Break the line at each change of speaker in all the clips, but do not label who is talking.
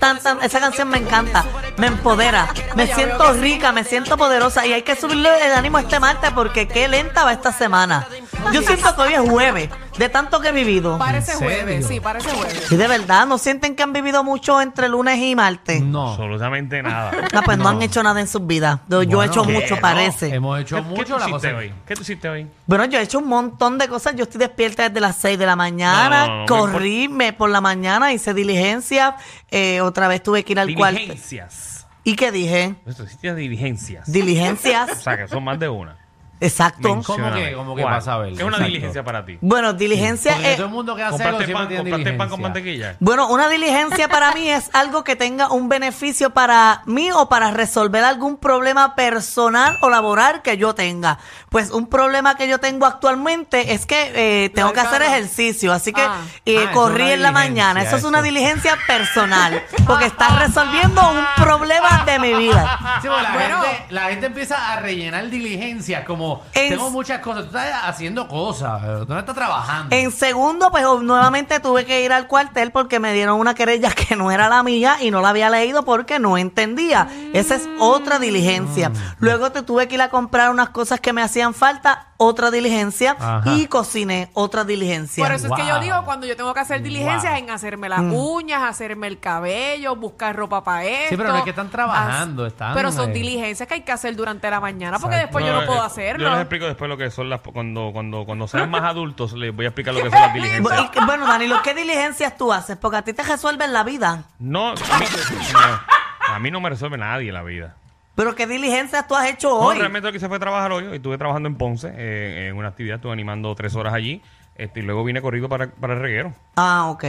Tan, tan, esa canción me encanta, me empodera, me siento rica, me siento poderosa y hay que subirle el ánimo este martes porque qué lenta va esta semana. Yo siento que hoy es jueves, de tanto que he vivido.
Parece jueves, sí, parece jueves.
Y de verdad, ¿no sienten que han vivido mucho entre lunes y martes? No,
No. Absolutamente nada.
pues no, han hecho nada en sus vidas. Yo, yo he hecho
¿qué?
mucho,
No,
parece.
Hemos hecho
¿Qué, qué tú
mucho la
hiciste
cosa.
hoy? ¿Qué tú hiciste hoy?
Bueno, yo he hecho un montón de cosas. Yo estoy despierta desde las 6 de la mañana.
No, no, no,
corrí me- por la mañana, hice diligencias. eh, otra vez tuve que ir al cuarto.
Diligencias.
¿Y qué dije?
Esto hiciste diligencias. o
Diligencias.
sea, que son más de una.
Exacto.
Mencióname.
¿Cómo que- cómo que
¿Cuál?
vas a ver?
Es una
Exacto.
diligencia para ti.
Bueno, diligencia
Porque
es.
todo el mundo que hace algo
Compraste
siempre
pan,
tiene
compraste pan con
diligencia.
mantequilla.
Bueno, una diligencia para mí es algo que tenga un beneficio para mí o para resolver algún problema personal o laboral que yo tenga. Pues un problema que yo tengo actualmente es que eh, tengo que hacer ejercicio, así que
Ah.
eh,
Ah, es
corrí
una
en la mañana. Eso
diligencia,
es una
eso.
diligencia personal, porque estás resolviendo un problema de mi vida.
Sí, porque la,
Bueno.
gente, la gente empieza a rellenar diligencias como
En-
tengo muchas cosas. Tú estás haciendo cosas, pero tú no estás trabajando.
En segundo, pues oh, nuevamente tuve que ir al cuartel porque me dieron una querella que no era la mía y no la había leído porque no entendía. Esa es otra diligencia.
Mm.
Luego te tuve que ir a comprar unas cosas que me hacían falta, otra diligencia,
Ajá.
y cociné, otra diligencia.
Por eso es que yo
Wow.
digo, cuando yo tengo que hacer diligencias
Wow.
en hacerme las uñas, hacerme el cabello, buscar ropa para esto.
pero no es que están trabajando,
as-
están,
Pero son
eh,
diligencias que hay que hacer durante la mañana, porque
Exacto.
después Pues yo no puedo
eh, Yo les
hacerlo.
explico después lo que son las. Cuando, cuando, cuando sean más adultos, les voy a explicar lo que son las
Bu-
diligencias.
y- bueno, Danilo, ¿qué diligencias tú haces? Porque a ti te resuelven la vida.
No, a mí, no, a mí no me resuelve nadie la vida.
Pero ¿qué diligencias tú has hecho
No,
hoy?
realmente lo que hice fue trabajar hoy. Hoy Estuve trabajando en Ponce, eh, en una actividad, estuve animando tres horas allí. este, y luego vine corrido para, para el reguero.
Ah, ok.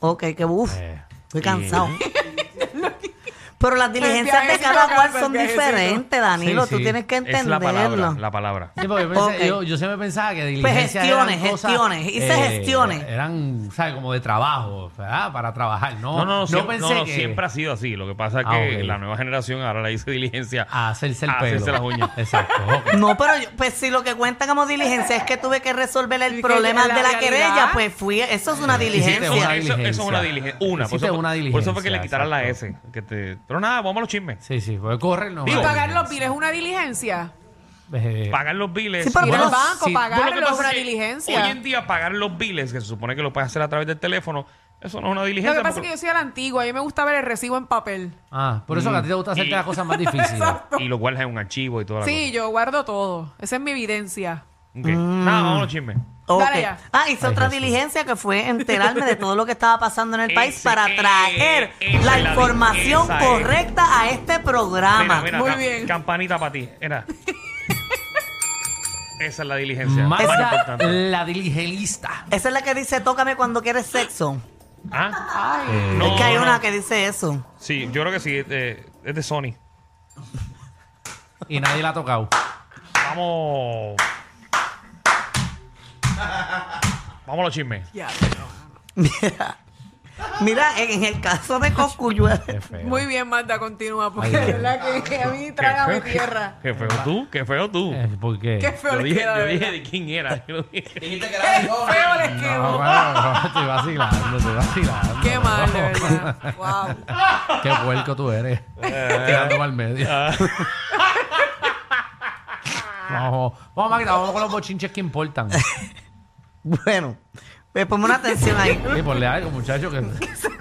Ok, que uff.
Eh.
Estoy cansado. Pero las diligencias de
viajecito
cada cual
acá, el
son
viajecito.
diferentes, Danilo.
Sí,
Tú
sí.
tienes que
Es la palabra,
entenderlo.
la palabra.
Sí, porque yo, pensé-
Ok. Pues
yo- yo siempre pensaba que diligencias
gestiones,
eran cosas, eh,
gestiones, hice gestiones.
Eran, ¿sabes? Como de trabajo, ¿verdad? Para trabajar, ¿no?
No, no, no, siempre,
pensé
no, no,
que...
siempre ha sido así. Lo que pasa es
Ah,
que
ok. Ah,
la nueva generación ahora le dice diligencia
a hacerse el
a
pelo.
hacerse las uñas.
Exacto, ok.
No, pero yo- pues si lo que cuenta como diligencia es que tuve que resolver el
Y que
problema
la
de la
realidad-
querella, pues fui, eso es una
Hiciste
diligencia.
una
eso, eso es una
diligencia.
diligencia. Una, por
Hiciste
eso,
una
Por eso fue que le
diligencia,
quitaran la S.
exacto.
que te- pero nada, vamos a los chismes.
Sí, sí, porque corren no.
Y
Digo,
pagar los biles es una diligencia.
Eh,
Pagar los biles.
Sí, pero
Ir
Bueno,
al banco,
sí.
Pero
pagarlo
pasa
es una
que
diligencia.
Hoy en día pagar los biles, que se supone que lo puedes hacer a través del teléfono, eso no es una
Lo
diligencia.
que pasa es
porque-
que yo soy a la antigua, a mí me gusta ver el recibo en papel.
Ah, por eso que a ti te gusta
Mm.
hacerte
Y-
las cosas más difíciles.
Y lo guardas en un archivo y toda la
Sí, yo guardo todo. Esa es mi evidencia.
cosa. Ok. Nada, vamos a los chismes.
Ok.
Dale ya.
Ah, hice
Ay,
otra
Jesús.
diligencia que fue enterarme de todo lo que estaba pasando en el país
Ese,
para
eh,
traer
esa
la
es la
información
di- esa es.
correcta a este programa.
Mira, mira,
Muy
cam-
bien.
Campanita para ti. Era. Esa es la diligencia.
Más
más
la,
importante.
la diligelista.
Esa es la que dice, tócame cuando quieres sexo.
¿Ah?
Eh,
Ay.
No,
es que hay
no,
una
no.
que dice eso.
Sí, yo creo que sí. Es de, es de Sony.
Y nadie la ha tocado.
Vamos. Vamos a los chismes.
Ya.
Mira, mira, en el caso de Coscuyuela.
Qué feo.
Muy bien, Marta, continúa, porque
Ay,
de
Dios.
verdad que a mí
Qué
trágame
feo, qué-
tierra.
Qué feo tú, qué feo tú.
Eh, ¿Por qué?
Uh. Qué feo
Yo
les
dije,
queda,
yo
de
dije
verdad.
de quién era. yo lo dije.
Qué feo les
No,
quedó.
bueno, no, estoy vacilando, estoy vacilando.
Qué mal, de
No.
verdad. Eh. Wow.
Qué puerco tú eres. Tirando al medio.
Ah.
vamos, vamos, Magda, vamos con los bochinches que importan.
Bueno, Eh, Ponme una atención ahí.
Sí, ponle algo, muchacho. Que...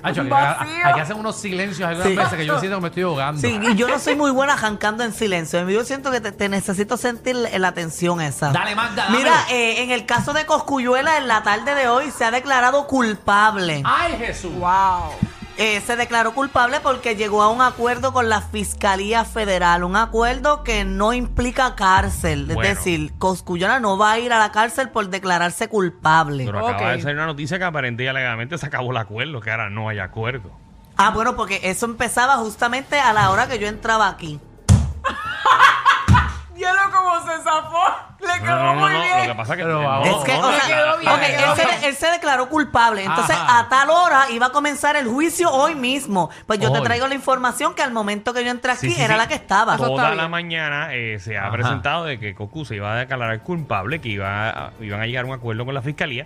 Hacho, aquí,
vacío.
aquí hacen unos silencios algunas
Sí.
veces que yo siento que me estoy ahogando.
Sí, y yo no soy muy buena jancando en silencio. Yo siento que te, te necesito sentir la la tensión esa.
Dale, Magda, dámelo.
Mira, eh, en el caso de Coscuyuela, en la tarde de hoy se ha declarado culpable.
¡Ay, Jesús!
Wow.
Eh, se declaró culpable porque llegó a un acuerdo con la Fiscalía Federal, un acuerdo que no implica cárcel.
Bueno.
Es decir, Coscuyuela no va a ir a la cárcel por declararse culpable.
Pero
Ok.
acaba de salir una noticia que aparentemente y alegadamente se acabó el acuerdo, que ahora no hay acuerdo.
Ah, bueno, porque eso empezaba justamente a la hora que yo entraba aquí.
Hielo como se zafó. Le quedó
No, no, no,
muy
no,
bien.
Lo que pasa es que.
Pero vamos.
Es que,
no,
o
le
sea,
quedó bien,
ok,
le quedó
él, se,
bien.
él se declaró culpable. Entonces,
Ajá.
a tal hora iba a comenzar el juicio hoy mismo. Pues yo te
Hoy.
traigo la información que al momento que yo entré aquí
Sí, sí,
era
sí.
la que estaba.
Eso
Toda
está
la
bien.
mañana eh, se ha
Ajá.
presentado de que Cocu se iba a declarar culpable, que iba a- iban a llegar a un acuerdo con la fiscalía,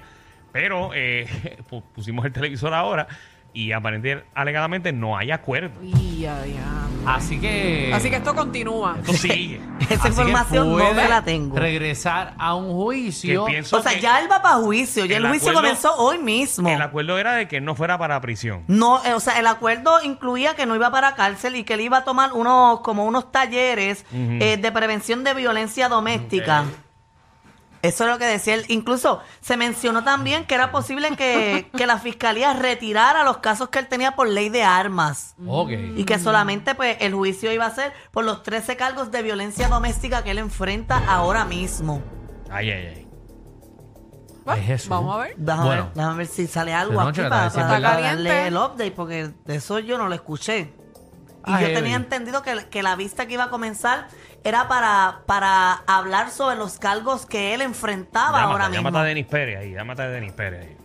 pero eh, pu- pusimos el televisor ahora y aparentemente alegadamente no hay acuerdo.
Y a diablo.
Así que.
Así que esto continúa.
Esto sigue.
Esa
así que
información no
puede
me la tengo.
Regresar a un juicio.
Que pienso
O sea,
que
ya él va para juicio. Ya
el
el, juicio
acuerdo-
comenzó hoy mismo.
el acuerdo era de que no fuera para prisión.
No, eh, o sea, el acuerdo incluía que no iba para cárcel y que él iba a tomar unos, como unos talleres
Ujú.
eh, de prevención de violencia doméstica. Eso es lo que decía él. Incluso se mencionó también que era posible que, que la fiscalía retirara los casos que él tenía por ley de armas.
Ok.
Y que solamente pues, el juicio iba a ser por los 13 cargos de violencia doméstica que él enfrenta ahora mismo.
Ay, ay, ay.
Mm.
Va,
Ay, Jesús.
Vamos a ver.
Déjame,
Bueno.
ver, déjame ver si sale algo
Pero no,
aquí
chica,
para,
está diciendo
para
el-
darle el update, porque de eso yo no lo escuché. Y
Ah,
yo
Evelyn.
tenía entendido que, que la vista que iba a comenzar era para, para hablar sobre los cargos que él enfrentaba
Llámate,
Ah, ahora
llámate
mismo.
a Denis Pérez ahí, llámate a Denis Pérez ahí.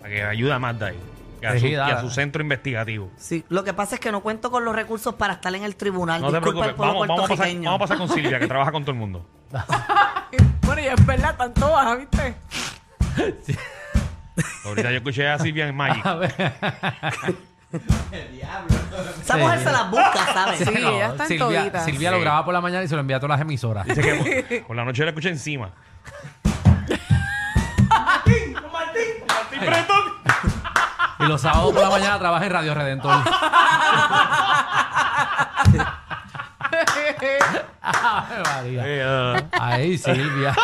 Para que ayude a Magda ahí. Y a,
Sí,
su, y
dale.
a su centro investigativo.
Sí, lo que pasa es que no cuento con los recursos para estar en el tribunal.
No te
Disculpa
preocupes,
al pueblo
vamos, vamos a pasar,
puertorriqueño.
vamos a pasar con Silvia, que trabaja con todo el mundo.
Bueno, y es verdad, tanto baja, ¿viste?
Ahorita yo escuché a Silvia en Magic.
A ver.
Esa mujer se las busca, ¿sabes?
Sí, ella está en
Silvia,
toditas.
Silvia lo
Sí.
graba por la mañana y se lo envía a todas las emisoras.
Dice que por- por la noche la escuché encima. Martín, Martín, Martín Pretón.
Y los sábados por la mañana trabaja en Radio Redentor. Ay, María. ah.
Eh,
Ahí, Silvia.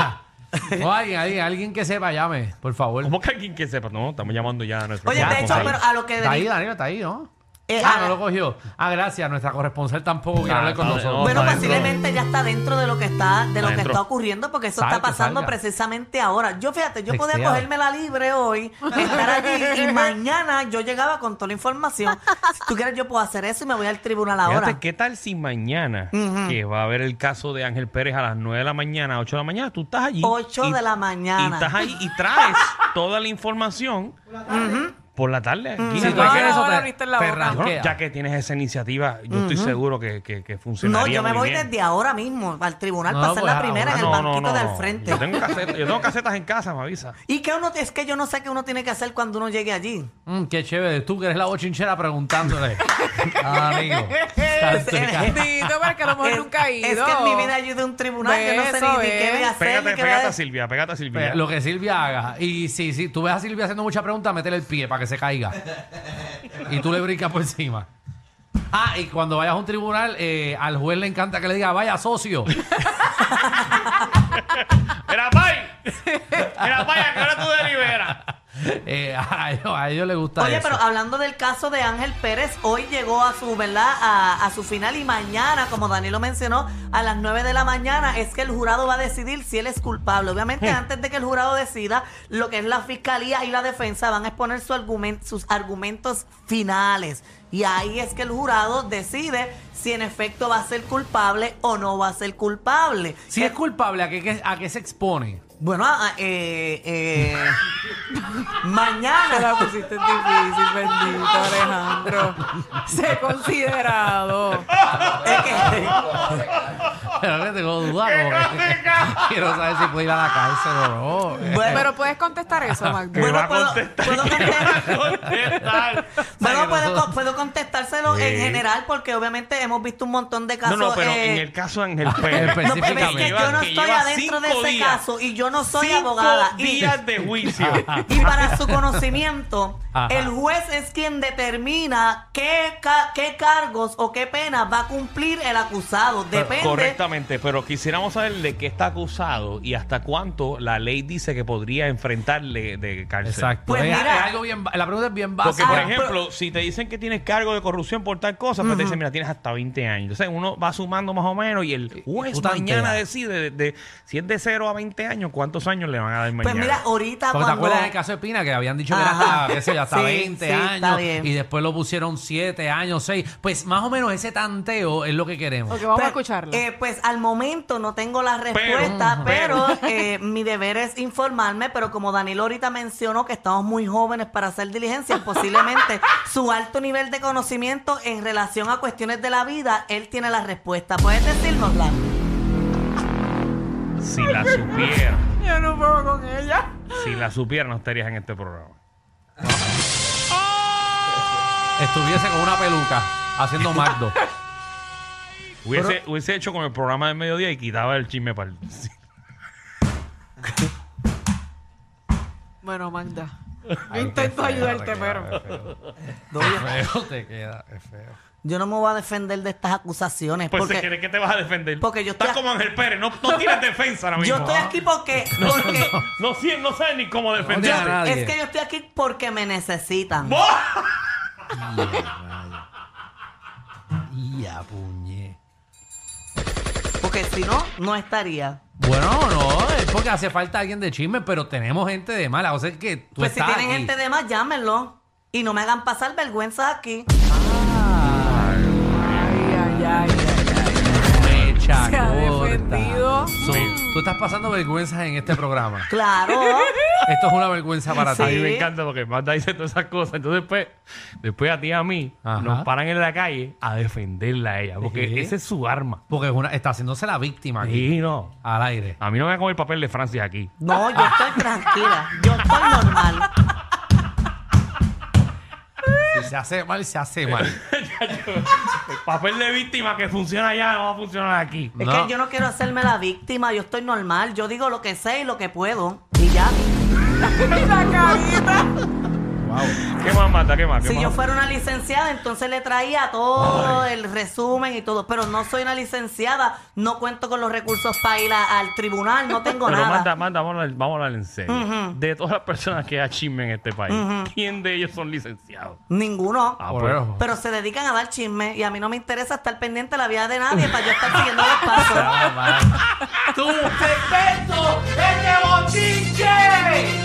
O alguien, alguien, alguien que sepa, llame, por favor.
¿Cómo que alguien que sepa? No, estamos llamando ya a nuestro
Oye, de hecho,
corresponsal.
pero a lo que...
Está ahí,
Denis-
Danilo, está ahí, ¿no?
Eh,
ah,
a-
no lo cogió. Ah, gracias. Nuestra corresponsal tampoco quiere
Ah,
hablar con
está de-
nosotros.
no,
Bueno, pues
Está dentro.
posiblemente ya está dentro de lo que está, de lo que
dentro.
está ocurriendo, porque eso
Salga,
está pasando
salga.
precisamente ahora. Yo fíjate, yo podía
Textea.
cogerme la libre hoy, estar allí, y mañana yo llegaba con toda la información. Si tú quieres, yo puedo hacer eso y me voy al tribunal
Fíjate,
ahora.
¿qué tal si mañana
Ujú.
que va a haber el caso de Ángel Pérez a las 9 de la mañana, 8 de la mañana, tú estás allí?
8
y-
de la
Y
mañana.
estás ahí y traes toda la información Ujú. por la tarde. aquí.
Si tú
Ahora,
quieres eso,
ahora
te-
abriste la
te
boca.
Bueno,
ranquea.
ya que tienes esa iniciativa, yo estoy seguro que, que, que
No,
funcionaría
yo me
muy
voy
bien. Ah,
desde ahora mismo al tribunal
No,
para ser
pues,
la primera en el
No, no,
banquito
no,
del
no.
frente.
Yo tengo, casetas, yo tengo casetas en casa, me avisa.
Y que uno es que yo no sé qué uno tiene que hacer cuando uno llegue allí.
Mm, qué chévere. Tú que eres la bochinchera preguntándole. Ah, amigo. Estás cerca.
Dito, pero que a lo mejor
Es-
nunca ha ido.
Es que en mi vida yo de un tribunal, yo no sé
Eso
ni, ni qué
es.
voy a hacer,
Pégate,
ni qué voy a
pégate a
decir.
Silvia, pégate a Silvia.
Pe- Lo que Silvia haga. Y si, si tú ves a Silvia haciendo mucha pregunta, métele el pie para que se caiga. y tú le brincas por encima. Ah, y cuando vayas a un tribunal, eh, al juez le encanta que le diga, vaya socio.
Mira, pay. Mira, pay, ¿a qué hora tú deliberas?
Eh, a, ellos, a ellos les gusta
Oye,
eso.
pero ah, hablando del caso de Ángel Pérez, hoy llegó a su, ¿verdad? A, a su final y mañana, como Danilo mencionó, a las 9 de la mañana es que el jurado va a decidir si él es culpable. Obviamente, antes de que el jurado decida, lo que es la fiscalía y la defensa van a exponer su argumen- sus argumentos finales. Y ahí es que el jurado decide si en efecto va a ser culpable o no va a ser culpable.
Si es culpable, ¿a qué- qué, a qué se expone?
Bueno, ah, eh, eh, mañana.
Te la pusiste difícil, bendito Alejandro. Sé considerado.
Es que-
Pero que tengo duda. como que- Quiero saber si puedo ir a la cárcel o no.
Bueno,
Pero puedes contestar eso, Magda.
Que
Bueno,
va a
puedo-
contestar.
puedo
que
contestar.
va a contestar.
Bueno,
que
puedo,
nosotros-
co- puedo contestárselo
Sí.
en general porque obviamente hemos visto un montón de
No,
casos.
no, pero
eh,
en el caso de Ángel Pérez.
no, pero es
específicamente.
que yo no
que
estoy
lleva
adentro de
cinco
ese
días.
caso y yo no soy
Cinco
abogada. Y-
días Ah. de juicio.
Y para su conocimiento,
Ajá.
el juez es quien determina qué, ca- qué cargos o qué penas va a cumplir el acusado. Depende.
Correctamente, pero quisiéramos saber de qué está acusado y hasta cuánto la ley dice que podría enfrentarle de cárcel.
Exacto.
Pues
Es-
mira.
es algo bien, ba- la pregunta es bien
Porque,
básica.
por
Ah,
ejemplo, si te dicen que tienes cargo de corrupción por tal cosa, pues te dicen, mira, tienes hasta 20 años. Entonces uno va sumando más o menos y el juez
tantea.
mañana decide de, de- si es de 0 a 20 años, cuántos años le van a dar mañana.
Pues mira, ahorita
Porque te
cuando.
acuerdas del caso de Pina que habían dicho que
Ajá.
era hasta, qué sé yo, hasta
Sí,
20
sí, está
años
bien.
y después lo pusieron 7 años, 6. Pues más o menos ese tanteo es lo que queremos.
Ok, vamos
Pues,
a escucharlo.
eh, pues al momento no tengo la respuesta, pero, eh, mi deber es informarme. Pero como Danilo ahorita mencionó que estamos muy jóvenes para hacer diligencias, posiblemente su alto nivel de conocimiento en relación a cuestiones de la vida, él tiene la respuesta. ¿Puedes decirnosla?
Si la supiera,
Yo no puedo con ella.
si la supiera, no estarías en este programa.
Estuviese con una peluca haciendo Magdo.
Hubiese, hubiese hecho con el programa del mediodía y quitaba el chisme para el... pues,
Bueno, Magda. Yo intento ayudarte, pero.
Qué feo te queda, qué feo.
Yo no me voy a defender de estas acusaciones.
Pues
porque
se cree que te vas a defender.
porque yo
Estás
estoy-
como Ángel Pérez, no, no tienes defensa ahora
yo
mismo.
estoy aquí porque. porque-
No, sí, no sabes ni cómo
No,
defenderte.
no, no. nadie.
es que yo estoy aquí porque me necesitan.
Ya, puñe.
Porque si no, no estaría.
Bueno, no, es porque hace falta alguien de chisme, pero tenemos gente de mala. O sea, es que tú
pues si
estás
tienen
aquí.
gente de más, llámenlo. Y no me hagan pasar vergüenza aquí.
Ay, ay, ay, ay,
Mecha
Se ha
corta.
defendido.
So, tú estás pasando vergüenzas en este programa.
Claro.
Esto es una vergüenza para
A mí
ti.
me encanta porque Magda dice todas esas cosas. Entonces, después, después a ti y a mí
Ajá.
nos paran en la calle a defenderla a ella. Porque
Sí.
esa es su arma.
Porque es una, está haciéndose la víctima aquí.
Sí, no.
Al aire.
A mí no me voy a comer papel de Francia aquí.
No, yo estoy tranquila. Yo estoy normal.
Si se hace mal, se hace mal.
El papel de víctima que funciona allá no va a funcionar aquí.
Es
No.
que yo no quiero hacerme la víctima. Yo estoy normal. Yo digo lo que sé y lo que puedo. Y ya.
ay. La carita.
¿Qué más, Magda? ¿Qué más? ¿Qué
Si
más?
yo fuera una licenciada, entonces le traía todo el resumen y todo. Pero no soy una licenciada, no cuento con los recursos para ir a- al tribunal, no tengo
Pero
nada.
Magda, Magda, vamos a hablar, vamos a hablar en serio. De todas las personas que hay chisme en este país, ¿quién de ellos son licenciados?
Ninguno.
Ah,
Por
pues.
ojo.
Pero se dedican a dar chisme y a mí no me interesa estar pendiente de la vida de nadie para yo estar siguiendo los pasos.
Ah, vale.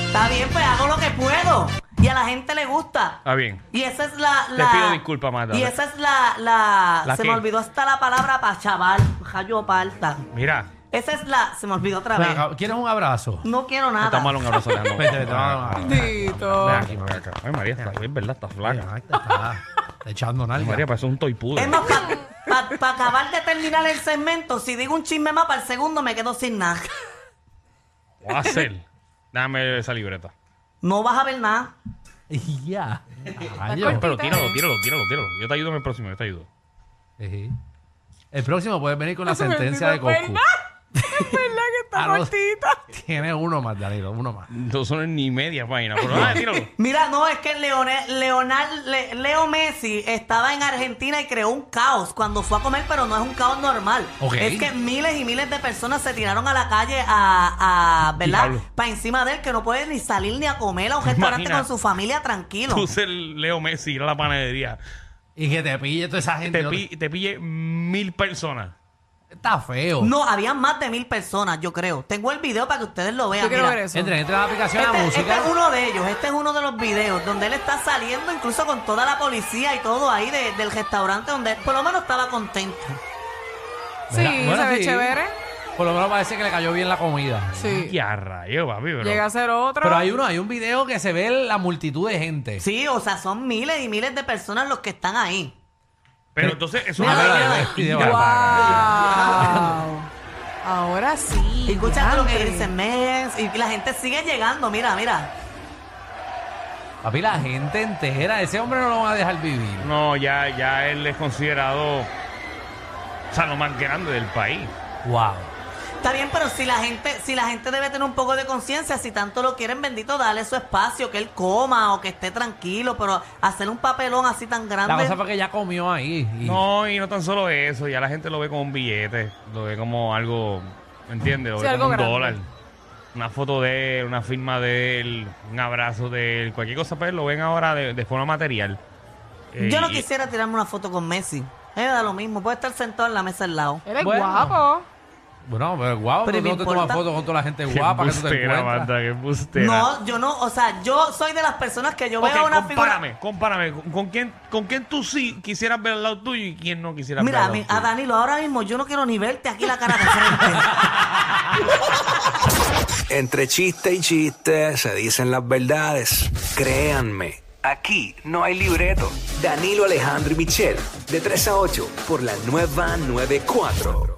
Está bien, pues hago lo que puedo. Y a la gente le gusta.
Está bien.
Y esa es la.
Te
la-
pido disculpas, Magda.
Y esa es la. la,
¿La
se
qué?
me olvidó hasta la palabra para chaval. Jayo palta.
Mira,
Esa es la. Se me olvidó otra vez.
Venga, ¿Quieres un abrazo?
No quiero
no está
nada.
malo un abrazo, Alejandro.
Vete, vete, vamos, vamos.
Tito.
Ven aquí, ven acá. Ay, María, está, es verdad, está flaca.
Ay, te está echando
Ay,
nalga.
María, parece un toy poodle.
Es más, para acabar de terminar el segmento, si digo un chisme más para el segundo me quedo sin nada.
Voy a hacer. Dame esa libreta.
No vas a ver nada.
Ya.
Está
Ay, yo-
Pero tíralo, tíralo, tíralo, tíralo. Yo te ayudo en el próximo, yo te ayudo.
Ejí. El próximo puedes venir con la
Se me
sentencia de
olvidó,
Goku.
¿verdad? Es verdad que está
Ah, no.
cortita.
Tiene uno más, Danilo, uno más.
No son ni media página, pero ah, tíralo.
Mira, no, es que Leonel, Leonel- Le- Leo Messi estaba en Argentina y creó un caos cuando fue a comer, pero no es un caos normal.
Ok.
Es que miles y miles de personas se tiraron a la calle a, a- ¿verdad?
Diablo.
Para encima de él, que no puede ni salir ni a comer a un restaurante
Imagina.
con su familia tranquilo.
Tú ser Leo Messi ir a la panadería.
Y que te pille toda esa gente.
Te,
no te-
pi- te pille mil personas.
Está feo.
No, había más de mil personas, yo creo. Tengo el video para que ustedes lo vean.
Yo quiero
mira.
ver eso.
Entra, entra a la aplicación de
Este,
la
este
música.
es uno de ellos, este es uno de los videos donde él está saliendo incluso con toda la policía y todo ahí de- del restaurante donde él por lo menos estaba contento.
Sí, se ve chévere.
Por lo menos parece que le cayó bien la comida.
Sí.
Y a rayo, papi, pero.
Llega a ser otro.
Pero hay uno, hay un video que se ve la multitud de gente.
Sí, o sea, son miles y miles de personas los que están ahí.
Pero entonces, eso
Mira,
es una
mira,
idea de
mira,
gira.
¡Wow!
Y escucha lo que dicen, mes. Y la gente sigue llegando, mira, mira.
Papi, la gente entera, ese hombre no lo va a dejar vivir.
No, ya, ya él es considerado o sea, lo más grande del país.
Wow.
Está bien, pero si la gente, si la gente debe tener un poco de conciencia, si tanto lo quieren, bendito, dale su espacio, que él coma o que esté tranquilo, pero hacer un papelón así tan grande.
La cosa fue que ya comió ahí. y-
No, y no tan solo eso, ya la gente lo ve como un billete, lo ve como algo, ¿entiendes? Lo
Sí,
ve
algo
como un
grande.
dólar. Una foto de él, una firma de él, un abrazo de él, cualquier cosa, pues lo ven ahora de, de forma material. Eh,
Yo no
y-
quisiera tirarme una foto con Messi. Eh, da lo mismo, puede estar sentado en la mesa al lado.
Eres
Bueno.
guapo.
Bueno, pero
Pero
guau, pero no
me
te tomas
importa.
fotos con toda la gente
Qué
guapa que tú te
embustera,
encuentras.
Magda, qué embustera.
No, yo no, o sea, yo soy de las personas que yo
Ok,
veo una figura.
compárame, compárame. ¿Con, con quién, ¿Con quién tú sí quisieras ver al lado tuyo y quién no quisieras ver
Mira, a,
al lado
mí-
tuyo?
a Danilo, ahora mismo yo no quiero ni verte aquí la cara de frente.
Entre chiste y chiste se dicen las verdades. Créanme, aquí no hay libreto. Danilo Alejandro y Michel, de 3 a 8, por la nueva 94.